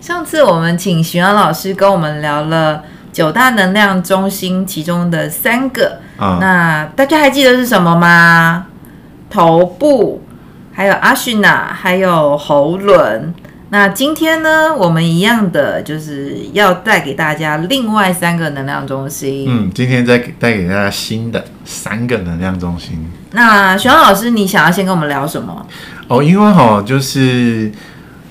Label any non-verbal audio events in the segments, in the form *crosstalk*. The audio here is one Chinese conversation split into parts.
上次我们请徐安老师跟我们聊了九大能量中心其中的三个，啊、那大家还记得是什么吗？头部，还有阿旭娜，还有喉轮。那今天呢，我们一样的就是要带给大家另外三个能量中心。嗯，今天再给带给大家新的三个能量中心那徐安老师，你想要先跟我们聊什么？哦，因为哦，就是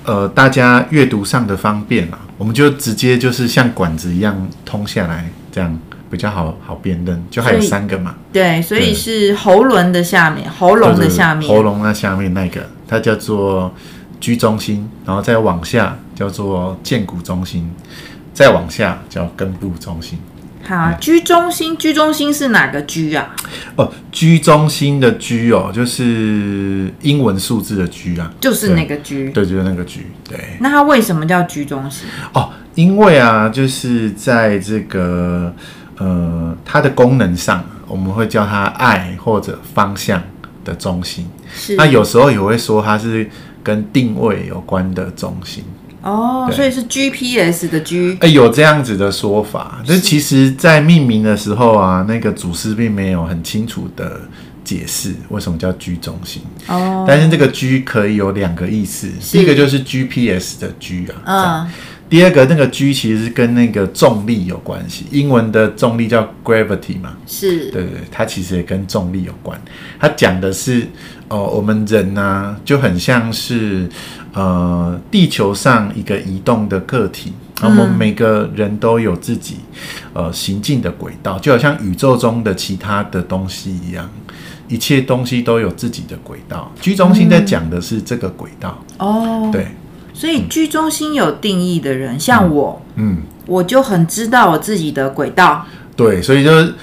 呃，大家阅读上的方便啊，我们就直接就是像管子一样通下来，这样比较好好辨认。就还有所以三个嘛，对，所以对是喉轮的下面，喉喉咙的下面。喉咙那下面那个，它叫做居中心，然后再往下叫做剑骨中心，再往下叫根部中心。好，居中心，居中心是哪个居啊？哦，居中心的居哦，就是英文数字的居啊，就是那个居。对，就是那个居，对。那它为什么叫居中心？哦，因为啊，就是在这个呃它的功能上，我们会叫它爱或者方向的中心。是那有时候也会说它是跟定位有关的中心。哦，对所以是 GPS 的 G 哎、有这样子的说法，就是其实，在命名的时候啊，那个祖师并没有很清楚的解释为什么叫居中心。哦，但是这个 G 可以有两个意思，是第一个就是 GPS 的 G 啊，这样嗯，第二个那个 G 其实是跟那个重力有关系，英文的重力叫 gravity 嘛，是对对对，它其实也跟重力有关。它讲的是，哦、我们人呢、就很像是呃地球上一个移动的个体，呃那我们每个人都有自己呃行进的轨道，就好像宇宙中的其他的东西一样。一切东西都有自己的轨道，居中心在讲的是这个轨道，哦，对，所以居中心有定义的人，像我，嗯，我就很知道我自己的轨道。对，所以就是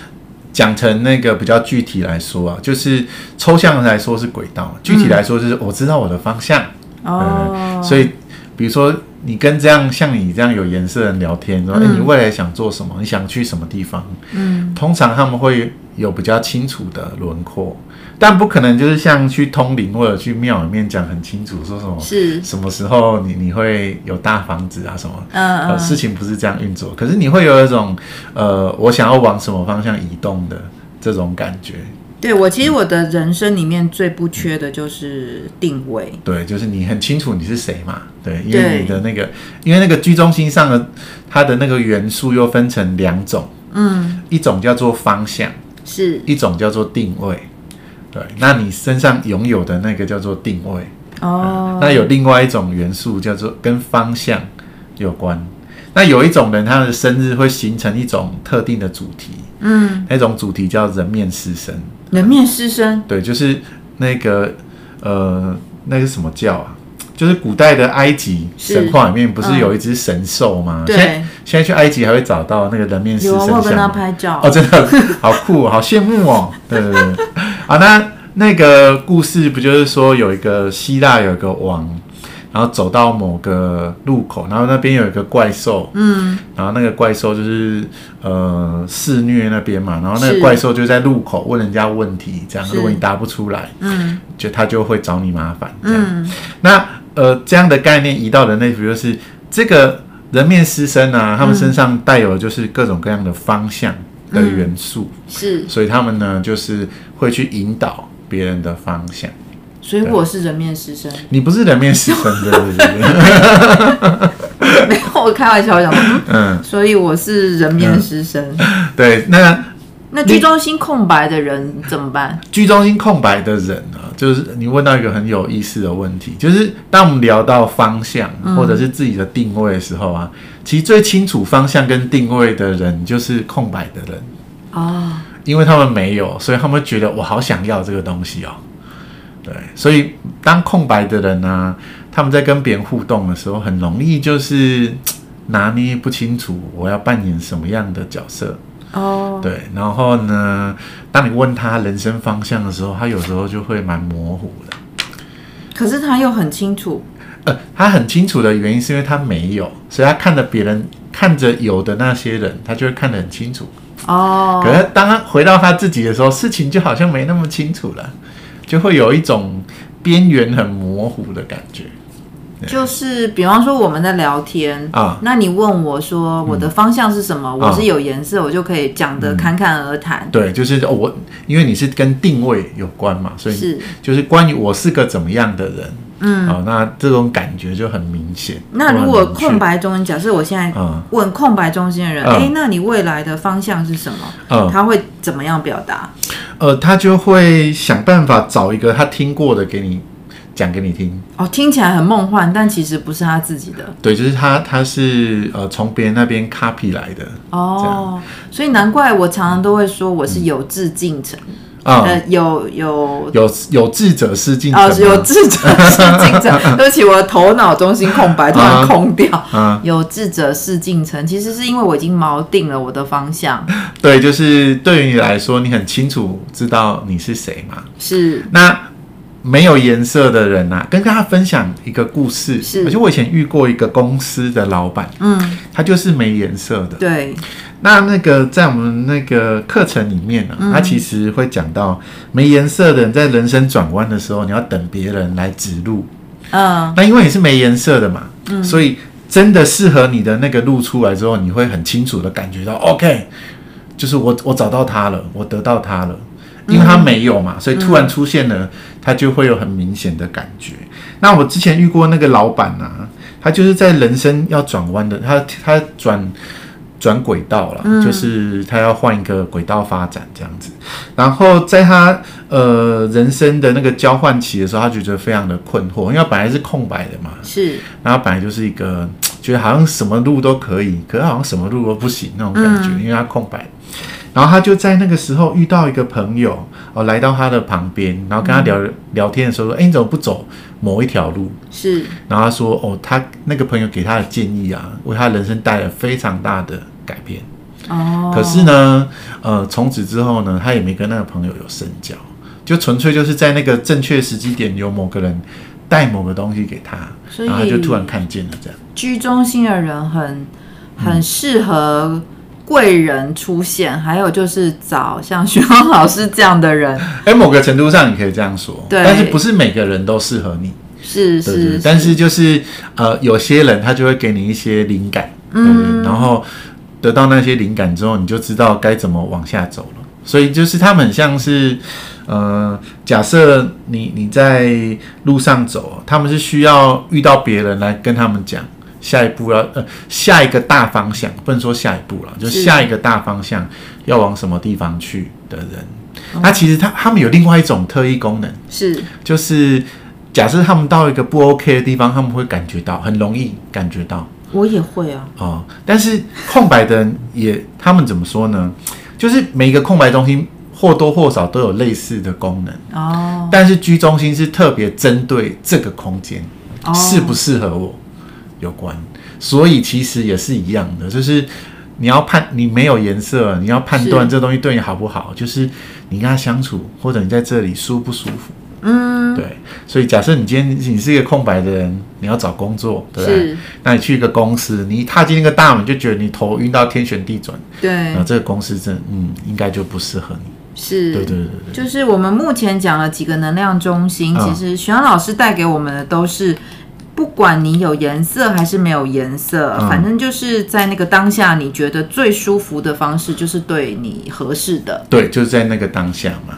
讲成那个比较具体来说啊，就是抽象来说是轨道，具体来说就是我知道我的方向。哦，嗯，所以比如说你跟这样像你这样有颜色的人聊天，说、哎，你未来想做什么？你想去什么地方？嗯，通常他们会有比较清楚的轮廓，但不可能就是像去通灵或者去庙里面讲很清楚，说什么是什么时候你你会有大房子啊什么。嗯呃，嗯，事情不是这样运作，可是你会有一种，呃，我想要往什么方向移动的这种感觉，对我其实我的人生里面最不缺的就是定位。对，就是你很清楚你是谁嘛，对，因对为你的那个，因为那个居中心上的它的那个元素又分成两种，嗯，一种叫做方向，是一种叫做定位。对，那你身上拥有的那个叫做定位，哦，那有另外一种元素叫做跟方向有关。那有一种人，他的生日会形成一种特定的主题，嗯，那种主题叫人面狮身。人面狮身对，就是那个呃，那个什么教啊？就是古代的埃及是神话里面不是嗯有一只神兽吗？对现在现在去埃及还会找到那个人面狮有身啊，像我有跟他吗拍照哦，。真的好酷，好羡慕哦。对对对，啊，那那个故事不就是说有一个希腊有一个王，然后走到某个路口，然后那边有一个怪兽，嗯，然后那个怪兽就是呃肆虐那边嘛，然后那是个怪兽就在路口问人家问题，这样是如果你答不出来，嗯就他就会找你麻烦。这样，嗯，那呃这样的概念移到人类，比如就是这个人面狮身嗯啊，他们身上带有就是各种各样的方向的元素，是，所以他们呢就是会去引导别人的方向。所以我是人面狮身。 *laughs* 你不是人面狮身，对对对对，没有，我开玩笑，我想说，嗯，所以我是人面狮身。对，那。那居中心空白的人怎么办？居中心空白的人啊，就是你问到一个很有意思的问题，就是当我们聊到方向或者是自己的定位的时候啊，其实最清楚方向跟定位的人就是空白的人，哦，因为他们没有，所以他们觉得我好想要这个东西哦。对，所以当空白的人呢、啊他们在跟别人互动的时候，很容易就是嘖拿捏不清楚我要扮演什么样的角色。哦，对，然后呢，当你问他人生方向的时候，他有时候就会蛮模糊的。可是他又很清楚，呃，他很清楚的原因是因为他没有，所以他看着别人看着有的那些人，他就会看得很清楚。哦，可是当他回到他自己的时候，事情就好像没那么清楚了，就会有一种边缘很模糊的感觉。就是比方说我们在聊天啊嗯那你问我说我的方向是什么，我是有颜色，我就可以讲得侃侃而谈。对，就是哦我，因为你是跟定位有关嘛，所以是，就是关于我是个怎么样的人，嗯，哦，那这种感觉就很明显。那如就果很明确空，白中间，假设我现在嗯问空白中间的人，嗯哎、那你未来的方向是什么？嗯他会怎么样表达？呃，他就会想办法找一个他听过的给你讲给你听。哦，听起来很梦幻，但其实不是他自己的对，就是他，他是呃从别人那边 copy 来的哦，所以难怪我常常都会说我是有志进程，啊、呃，有有有有志者事竟啊、成有嘛志者事竟 *laughs* 成。对不起，我的头脑中心空白，突然空掉。啊有志者事竟成，其实是因为我已经锚定了我的方向，对，就是对于你来说，你很清楚知道你是谁嘛。是那没有颜色的人啊，跟大家分享一个故事。是而且我以前遇过一个公司的老板，嗯，他就是没颜色的。对，那那个在我们那个课程里面呢、啊，他其实会讲到没颜色的人在人生转弯的时候，你要等别人来指路。嗯，那因为你是没颜色的嘛，所以真的适合你的那个路出来之后，你会很清楚的感觉到，OK，就是我我找到它了，我得到它了，因为它没有嘛，所以突然出现了，它就会有很明显的感觉。那我之前遇过那个老板啊，他就是在人生要转弯的，他他转。转轨道了，就是他要换一个轨道发展这样子。然后在他呃人生的那个交换期的时候，他就觉得非常的困惑，因为他本来是空白的嘛，是，然后他本来就是一个觉得好像什么路都可以，可是好像什么路都不行那种感觉，嗯因为他空白。然后他就在那个时候遇到一个朋友，哦，来到他的旁边，然后跟他嗯聊、聊天的时候说：“哎，你怎么不走某一条路？”是，然后他说：“哦，他那个朋友给他的建议啊，为他人生带来非常大的改变。”哦，可是呢，呃，从此之后呢，他也没跟那个朋友有深交，就纯粹就是在那个正确时机点有某个人带某个东西给他，所以然后他就突然看见了这样。居中心的人嗯很很适合贵人出现，还有就是找像徐光老师这样的人，哎，某个程度上你可以这样说，对但是不是每个人都适合你，是对对是对，，但是就是呃，有些人他就会给你一些灵感，嗯，对对然后得到那些灵感之后，你就知道该怎么往下走了。所以就是他们很像是，呃，假设你你在路上走，他们是需要遇到别人来跟他们讲下一步要呃下一个大方向，不能说下一步了，就是下一个大方向要往什么地方去的人。哦那其实他他们有另外一种特异功能，是就是假设他们到一个不 OK 的地方，他们会感觉到，很容易感觉到我也会啊，哦。但是空白的人也，他们怎么说呢？就是每一个空白中心或多或少都有类似的功能，哦，但是居中心是特别针对这个空间、哦适不适合我有关，所以其实也是一样的，就是。你要判你没有颜色，你要判断是这东西对你好不好，就是你跟他相处，或者你在这里舒不舒服。嗯，对，所以假设你今天你是一个空白的人，你要找工作，对不对是？那你去一个公司，你一踏进那个大门就觉得你头晕到天旋地转，对那，这个公司真的嗯应该就不适合你。是，啊对对对对就是我们目前讲了几个能量中心，嗯其实徐阳老师带给我们的都是，不管你有颜色还是没有颜色，嗯反正就是在那个当下，你觉得最舒服的方式，就是对你合适的。对，就是在那个当下嘛。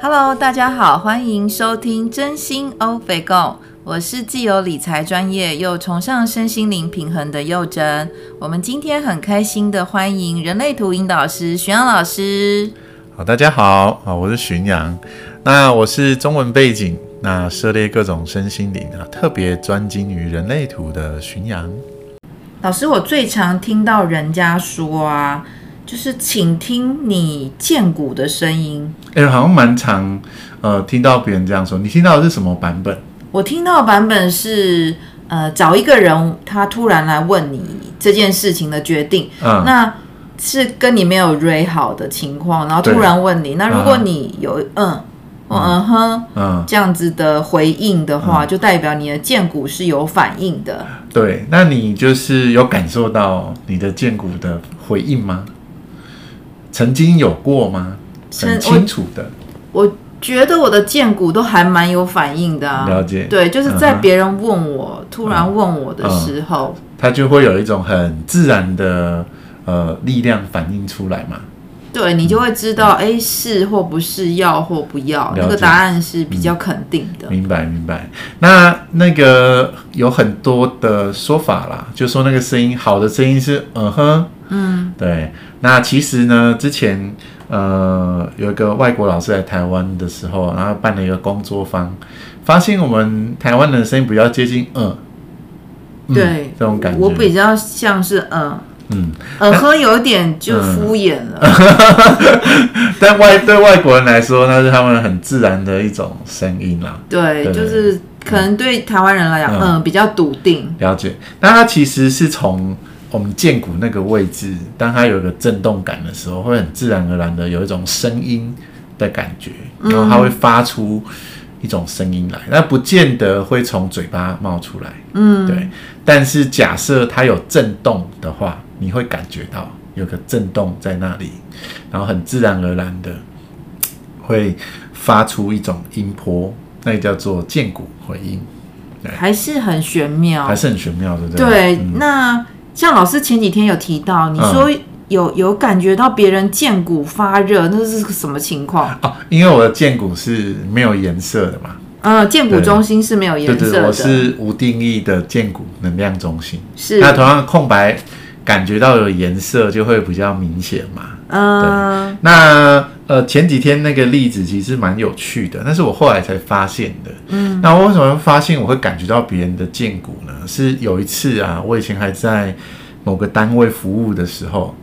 Hello，大家好，欢迎收听真心欧北共，我是既有理财专业又崇尚身心灵平衡的佑珍。我们今天很开心的欢迎人类图引导师徐阳老师。好，大家好啊，我是巡阳，那我是中文背景，那涉猎各种身心灵啊，特别专精于人类图的巡阳。老师，我最常听到人家说啊，就是请听你剑骨的声音。哎、好像蛮常呃听到别人这样说，你听到的是什么版本？我听到的版本是，呃，找一个人，他突然来问你这件事情的决定，嗯，那是跟你没有 re 好的情况，然后突然问你。那如果你有嗯，我嗯哼。嗯。这样子的回应的话，就代表你的剑骨是有反应的。对，那你就是有感受到你的剑骨的回应吗？曾经有过吗？曾很清楚的，我觉得我的荐骨都还蛮有反应的啊。了解对，就是嗯在哼别人问我、突然问我的嗯时候，它就会有一种很自然的呃力量反映出来嘛。对你就会知道，哎、是或不是，要或不要，了解嗯那个答案是比较肯定的。明白明白。那那个有很多的说法啦，就说那个声音好的声音是嗯哼，嗯，对。那其实呢，之前呃有一个外国老师来台湾的时候，然后办了一个工作坊，发现我们台湾人的声音比较接近嗯，嗯对、这种感觉，我比较像是嗯嗯。嗯呵，有点就敷衍了。但外对外国人来说，那是他们很自然的一种声音啦。对，对就是可能对台湾人来讲，嗯嗯比较笃定。了解，那它其实是从我们剑骨那个位置，当它有一个震动感的时候，会很自然而然的有一种声音的感觉，然后它会发出一种声音来，那不见得会从嘴巴冒出来，嗯，对。但是假设它有震动的话，你会感觉到有个震动在那里，然后很自然而然的会发出一种音波，那个叫做剑骨回音，还是很玄妙还。是很玄妙，对不对？嗯对，那像老师前几天有提到，你说有有感觉到别人见骨发热，那是什么情况？哦，因为我的剑骨是没有颜色的嘛，嗯，见骨对中心是没有颜对色对，我的，是无定义的剑骨能量中心。是那同样空白感觉到有颜色就会比较明显嘛。嗯，那呃前几天那个例子其实蛮有趣的，那是我后来才发现的。嗯，那我为什么会发现我会感觉到别人的剑骨呢？是有一次啊，我以前还在某个单位服务的时候，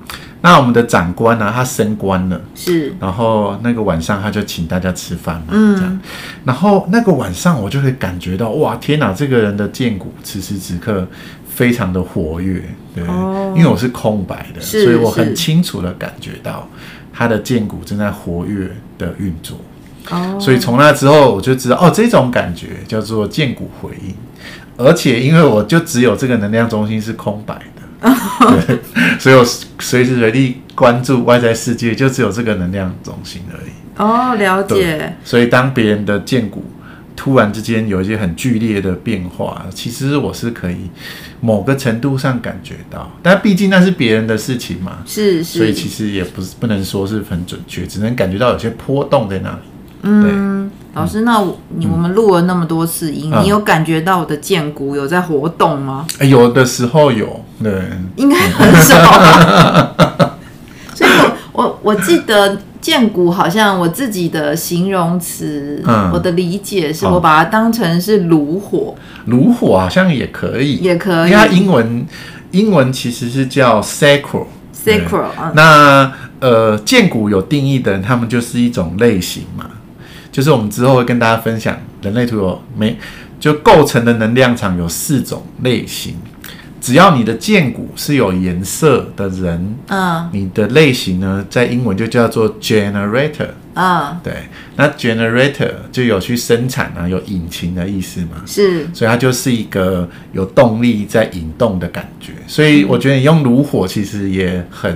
那我们的长官呢、他升官了。是然后那个晚上他就请大家吃饭嘛，嗯这样。然后那个晚上我就会感觉到，哇，天哪，这个人的剑骨此时此刻非常的活跃，对，哦因为我是空白的，所是以我很是清楚的感觉到他的剑骨正在活跃的运作。哦，所以从那之后我就知道，哦，这种感觉叫做剑骨回应，而且因为我就只有这个能量中心是空白 *laughs* 的，对，所以我随时随地关注外在世界，就只有这个能量中心而已。哦，了对解，，所以当别人的剑骨突然之间有一些很剧烈的变化，其实我是可以某个程度上感觉到，但毕竟那是别人的事情嘛，是所是，以其实也不是不能说是很准确，只能感觉到有些波动在那里。嗯，老师，那我你我们录了那么多次音，嗯你有感觉到我的剑骨有在活动吗？哎有的时候有，对，应该很少吧。 *laughs* 所以我我我记得剑骨好像我自己的形容词，嗯我的理解是好我把它当成是炉火，炉火好像也可以，也可以因为它英文英文其实是叫 sacral。 sacral 啊，那呃，剑骨有定义的人，他们就是一种类型嘛，就是我们之后会跟大家分享，人类图有每就构成的能量场有四种类型，只要你的剑骨是有颜色的人，嗯你的类型呢，在英文就叫做 generator，嗯，对，那 generator 就有去生产啊，有引擎的意思嘛，是所以它就是一个有动力在引动的感觉。所以我觉得你用炉火其实也很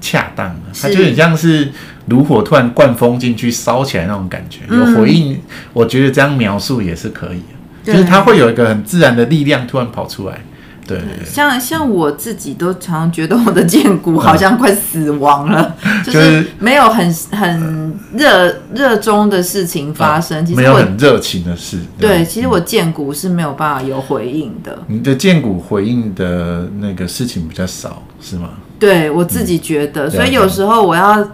恰当啊，它是就很像是炉火突然灌风进去烧起来那种感觉，嗯有回应。我觉得这样描述也是可以的，对就是它会有一个很自然的力量突然跑出来。对，像像我自己都常常觉得我的剑骨好像快死亡 *laughs* 了，就就是是没有很很热热衷的事情发生。其啊没实有我很嗯热情的事。对，其实我剑骨是没有办法有回应的。你的剑骨回应的那个事情比较少，是吗？对我自己觉得，所以解有时候我要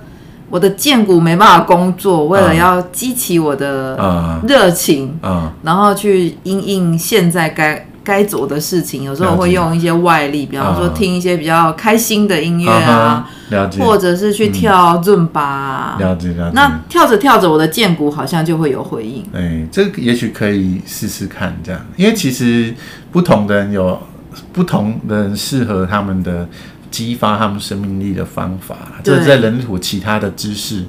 我的剑骨没办法工作，为了要激起我的啊、热情，啊、然后去因应现在该该做的事情。有时候我了解会用一些外力，比方说啊听一些比较开心的音乐哈啊，了解，或者是去跳润巴啊。了解了解。那跳着跳着，我的剑骨好像就会有回应。哎，这个也许可以试试看，这样，因为其实不同的人有不同的人适合他们的激发他们生命力的方法，这对在人类图其他的知识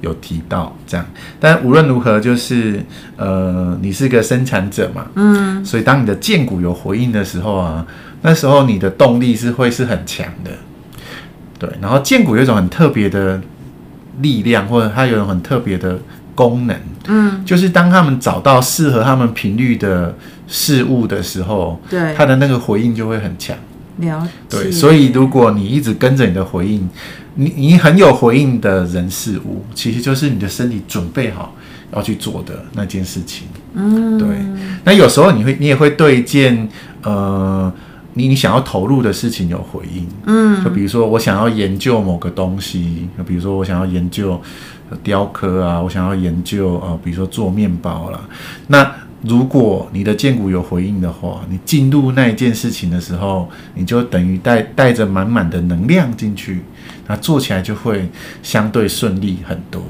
有提到，这样。但无论如何，就是呃，你是个生产者嘛，嗯，所以当你的剑骨有回应的时候啊，那时候你的动力是会是很强的，对。然后剑骨有一种很特别的力量，或者它有一种很特别的功能，嗯，就是当他们找到适合他们频率的事物的时候，对他的那个回应就会很强。了解。对，所以如果你一直跟着你的回应，你你很有回应的人事物，其实就是你的身体准备好要去做的那件事情。嗯，对。那有时候你会，你也会对一件呃，你你想要投入的事情有回应。嗯，就比如说我想要研究某个东西，就比如说我想要研究呃雕刻啊，我想要研究呃，比如说做面包啦。那如果你的剑骨有回应的话，你进入那一件事情的时候，你就等于带带着满满的能量进去，那做起来就会相对顺利很多。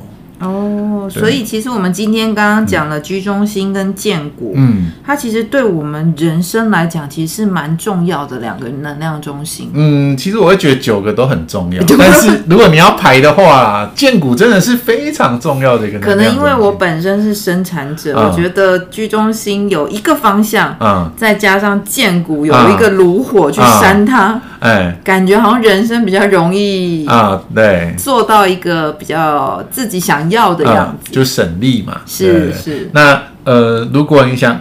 哦，对所以其实我们今天刚刚讲了居中心跟建骨，嗯它其实对我们人生来讲，其实是蛮重要的两个能量中心。嗯，其实我会觉得九个都很重 *laughs* 要，但是如果你要排的话，剑骨真的是非常重要的一个能可能量中心。因为我本身是生产者，嗯我觉得居中心有一个方向，嗯，再加上建骨有一个炉火去扇它，哎感觉好像人生比较容易啊，对，做到一个比较自己想要的样嗯，子。就省力嘛。对是对是，那呃，如果你想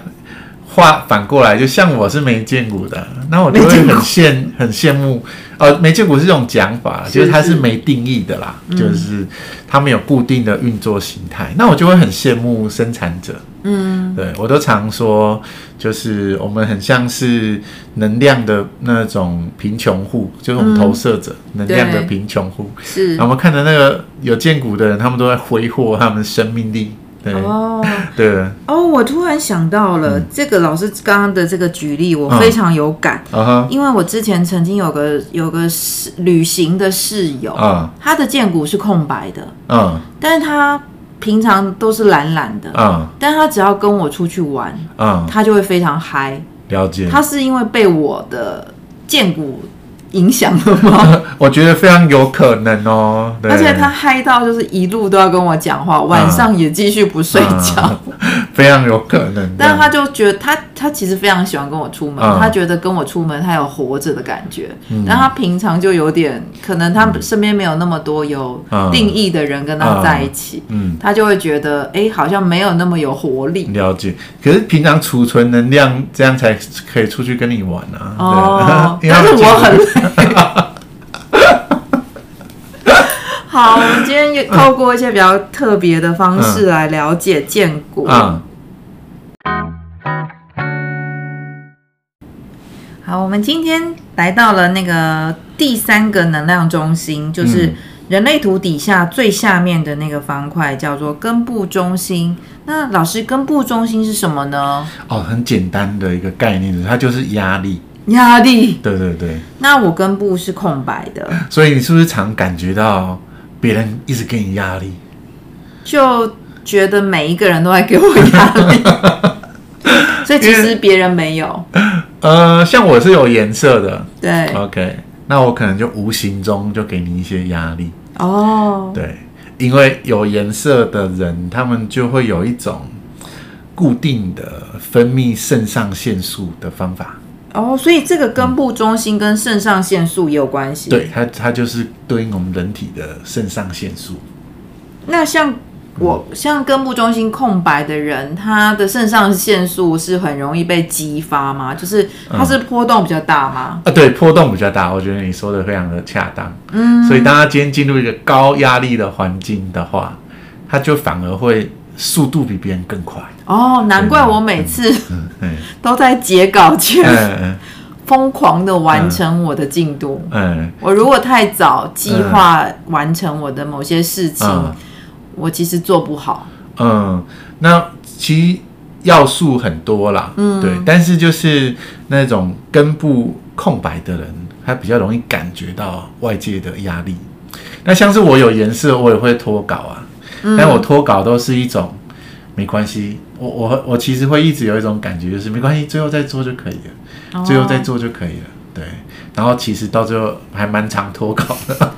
话反过来，就像我是没见骨的，那我就会很羡很羡慕。呃，没见骨是一种讲法，是嗯就是它是没定义的啦，就是他们有固定的运作形态，那我就会很羡慕生产者。嗯，对我都常说，就是我们很像是能量的那种贫穷户，就是我们投射者、能量的嗯对贫穷户。是然后我们看着那个有见骨的人，他们都在挥霍他们生命力。对、哦。对，啊哦，我突然想到了、这个老师刚刚的这个举例，我嗯非常有感，啊哈，因为我之前曾经有个有个室旅行的室友，啊他的剑骨是空白的，嗯但是他平常都是懒懒的，嗯但他只要跟我出去玩，嗯，他就会非常嗨。了解。他是因为被我的剑骨影响了吗？ *laughs* 我觉得非常有可能哦。对而且他嗨到就是一路都要跟我讲话，晚上也继续不睡觉。嗯 *laughs* 非常有可能，但他就觉得他他其实非常喜欢跟我出门，啊嗯他觉得跟我出门他有活着的感觉。但他平常就有点，可能他身边没有那么多有嗯定义的人跟他在一起，嗯。他就会觉得哎、诶好像没有那么有活力。了解，可是平常储存能量，这样才可以出去跟你玩啊。哦，对 *laughs* 因为但他是们我很累。 *laughs* 好，我们今天也透过一些比较特别的方式嗯来了解建国。啊，好，我们今天来到了那个第三个能量中心，就是嗯人类图底下最下面的那个方块，叫做根部中心。那老师，根部中心是什么呢？哦，很简单的一个概念，它就是压力。压力。对对对，那我根部是空白的，所以你是不是常感觉到别人一直给你压力？就觉得每一个人都在给我压力， *laughs* 所以其实别人没有。呃，像我是有颜色的对， ，OK，那我可能就无形中就给你一些压力。哦，对，因为有颜色的人，他们就会有一种固定的分泌肾上腺素的方法。哦，所以这个根部中心跟肾上腺素也有关系。对，它它就是对应我们人体的肾上腺素。那像我像根部中心空白的人，他的肾上腺素是很容易被激发吗？就是嗯他是波动比较大吗？啊，对，波动比较大，我觉得你说的非常的恰当。嗯，所以当他今天进入一个高压力的环境的话，他就反而会速度比别人更快。哦，难怪我每次嗯嗯都在截稿 *laughs* 前嗯疯狂的完成我的进度。嗯我如果太早计划完成我的某些事情，嗯我其实做不好。嗯，那其实要素很多啦，嗯，对，但是就是那种根部空白的人，他比较容易感觉到外界的压力。那像是我有颜色，我也会脱稿啊，但我脱稿都是一种没关系，我我我其实会一直有一种感觉，就是没关系，最后再做就可以了，最后再做就可以了，对。然后其实到最后还蛮常脱稿的，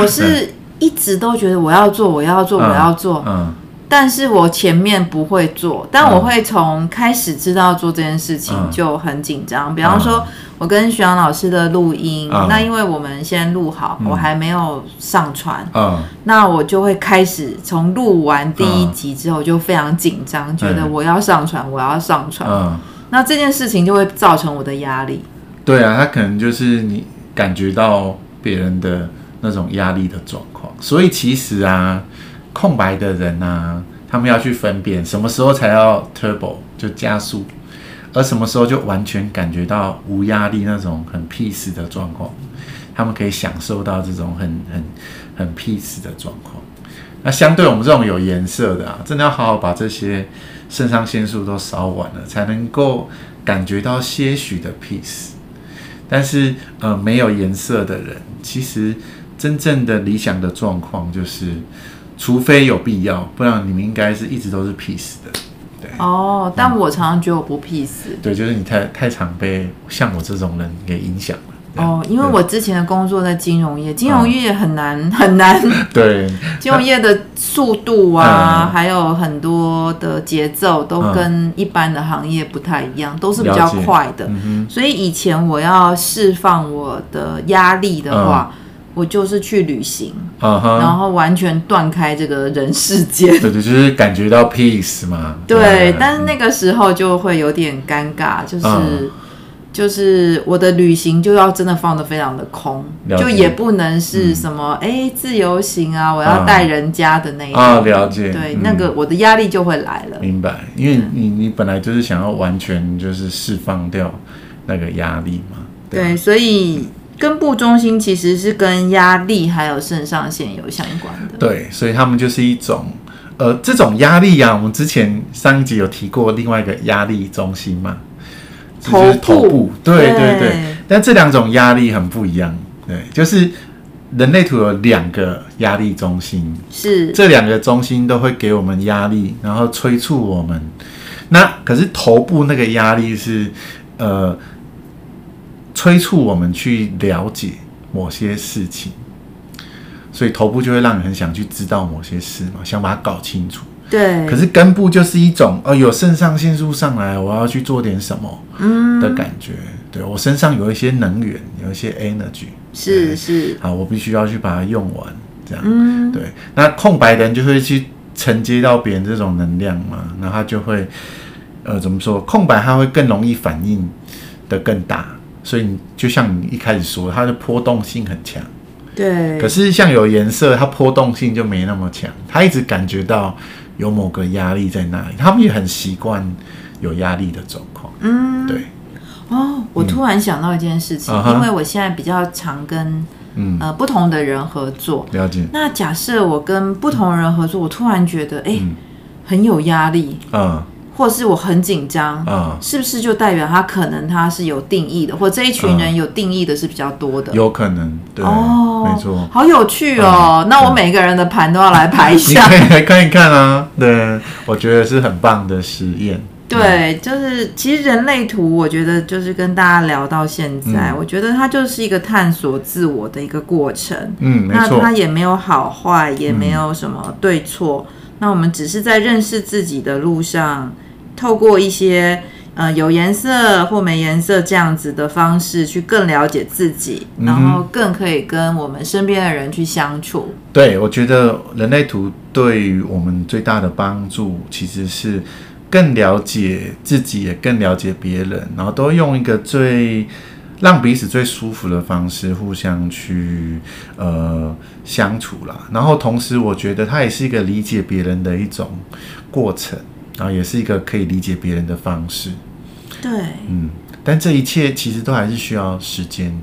我是一直都觉得我要做，我要做，我要做，嗯，但是我前面不会做，但我会从开始知道做这件事情嗯就很紧张。比方说，我跟徐阳老师的录音，嗯那因为我们先录好，我还没有上传，嗯那我就会开始从录完第一集之后就非常紧张，觉得我要上传，我要上传。嗯，那这件事情就会造成我的压力。对啊，他可能就是你感觉到别人的那种压力的状况，所以其实啊，空白的人啊，他们要去分辨什么时候才要 turbo 就加速，而什么时候就完全感觉到无压力那种很 peace 的状况，他们可以享受到这种很很很 peace 的状况。那相对我们这种有颜色的啊，真的要好好把这些肾上腺素都烧完了，才能够感觉到些许的 peace。但是呃，没有颜色的人，其实真正的理想的状况就是，除非有必要，不然你们应该是一直都是 peace 的。哦，但我常常觉得我不 peace。嗯对，就是你太太常被像我这种人给影响 *laughs* 了。这样哦，因为我之前的工作在金融业，金嗯融业很难很难， *laughs* 对金融业的速度啊，嗯还有很多的节奏都嗯跟一般的行业不太一样，都是比较了解快的。嗯所以以前我要释放我的压力的话，嗯我就是去旅行，哼，啊哈，然后完全断开这个人世 *laughs* 间。对对，就是感觉到 peace 嘛。对，嗯但是那个时候就会有点尴尬，就是、嗯就是我的旅行就要真的放得非常的空，了解就也不能是什么哎、诶自由行啊，我要嗯带人家的那一种。啊，了解，对，嗯那个嗯我的压力就会来了。明白，因为你你本来就是想要完全就是释放掉那个压力嘛。啊对，所以根部中心其实是跟压力还有肾上腺有相关的。对，所以他们就是一种呃这种压力啊。我们之前上一集有提过另外一个压力中心嘛，这头就是头部部，对对对对。但这两种压力很不一样，对，就是人类图有两个压力中心，是这两个中心都会给我们压力，然后催促我们。那可是头部那个压力是，呃，催促我们去了解某些事情，所以头部就会让你很想去知道某些事嘛，想把它搞清楚。对，可是根部就是一种，哦，有肾上腺素上来，我要去做点什么嗯，的感觉。对我身上有一些能源，有一些 energy，是是，好，我必须要去把它用完，这样。嗯，对，那空白的人就会去承接到别人这种能量嘛，然后他就会，呃，怎么说？空白他会更容易反应的更大，所以你就像你一开始说，它的波动性很强。对，可是像有颜色，它波动性就没那么强，他一直感觉到有某个压力在那里，他们也很习惯有压力的状况。嗯，对，哦，我突然想到一件事情，嗯啊哈因为我现在比较常跟嗯，呃不同的人合作。了解，那假设我跟不同人合作，我突然觉得哎、诶很有压力，嗯或是我很紧张，嗯，是不是就代表他可能他是有定义的，或这一啊群人有定义的是比较多的？有可能，对，哦，没错。嗯好有趣哦。那我每个人的盘都要来排一你下 *laughs* 可。以来看一看啊，对，我觉得是很棒的实验。对，就是其实人类图，我觉得就是跟大家聊到现在，嗯我觉得它就是一个探索自我的一个过程。嗯，没那错它，也没有好坏，也没有什么对错。嗯那我们只是在认识自己的路上，透过一些呃有颜色或没颜色这样子的方式，去更了解自己，嗯然后更可以跟我们身边的人去相处。对我觉得人类图对于我们最大的帮助其实是更了解自己，也更了解别人，然后都用一个最让彼此最舒服的方式互相去呃相处啦。然后同时，我觉得它也是一个理解别人的一种过程，然后也是一个可以理解别人的方式。对，嗯，但这一切其实都还是需要时间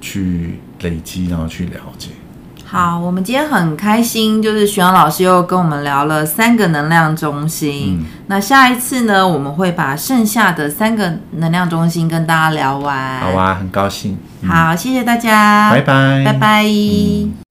去累积，然后去了解。好，我们今天很开心，就是徐阳老师又跟我们聊了三个能量中心。嗯那下一次呢，我们会把剩下的三个能量中心跟大家聊完。好啊，很高兴，好谢谢大家，啊拜拜，拜拜。嗯